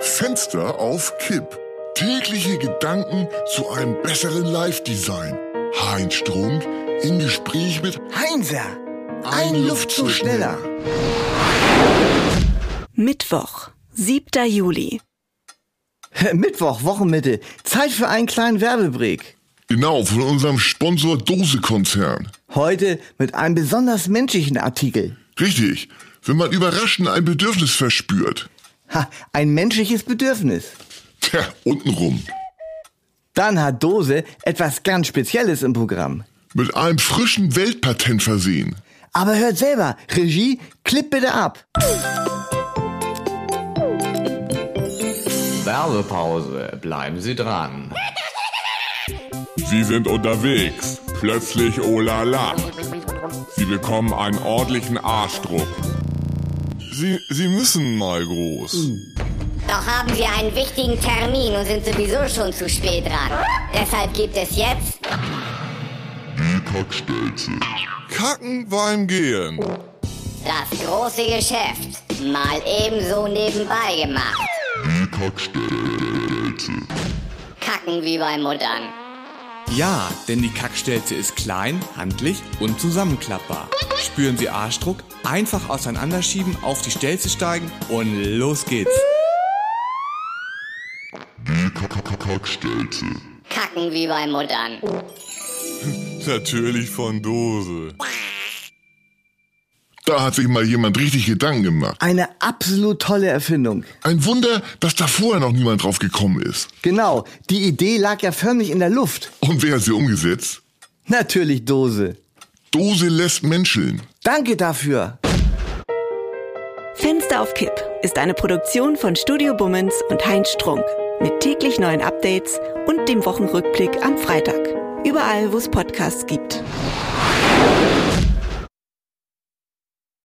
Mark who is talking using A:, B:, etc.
A: Fenster auf Kipp. Tägliche Gedanken zu einem besseren Live-Design. Heinz Strunk im Gespräch mit
B: Heinser,
A: Ein Luftzug schneller.
C: Mittwoch, 7. Juli.
B: Mittwoch, Wochenmitte. Zeit für einen kleinen Werbebreak.
A: genau von unserem Sponsor Dose Konzern.
B: Heute mit einem besonders menschlichen Artikel.
A: Richtig, wenn man überraschend ein Bedürfnis verspürt.
B: Ha, ein menschliches Bedürfnis.
A: Tja, untenrum.
B: Dann hat Dose etwas ganz Spezielles im Programm.
A: Mit einem frischen Weltpatent versehen.
B: Aber hört selber, Regie, klipp bitte ab.
D: Werbepause. Bleiben Sie dran.
E: Sie sind unterwegs. Plötzlich oh la la. Sie bekommen einen ordentlichen Arschdruck. Sie, Sie müssen mal groß.
F: Doch haben wir einen wichtigen Termin und sind sowieso schon zu spät dran. Deshalb gibt es jetzt
E: Kacken beim Gehen.
F: das große Geschäft. Mal ebenso nebenbei gemacht. Kacken wie bei Muttern.
G: Ja, denn die Kackstelze ist klein, handlich und zusammenklappbar. Spüren Sie Arschdruck? Einfach auseinanderschieben, auf die Stelze steigen und los geht's.
F: Kacken wie bei Muttern.
E: Natürlich von Dose.
A: Da hat sich mal jemand richtig Gedanken gemacht.
B: Eine absolut tolle Erfindung.
A: Ein Wunder, dass da vorher noch niemand drauf gekommen ist.
B: Genau, die Idee lag ja förmlich in der Luft.
A: Und wer hat sie umgesetzt?
B: Natürlich Dose.
A: Dose lässt menscheln.
B: Danke dafür.
C: Fenster auf Kipp ist eine Produktion von Studio Bummens und Heinz Strunk. Mit täglich neuen Updates und dem Wochenrückblick am Freitag. Überall, wo es Podcasts gibt.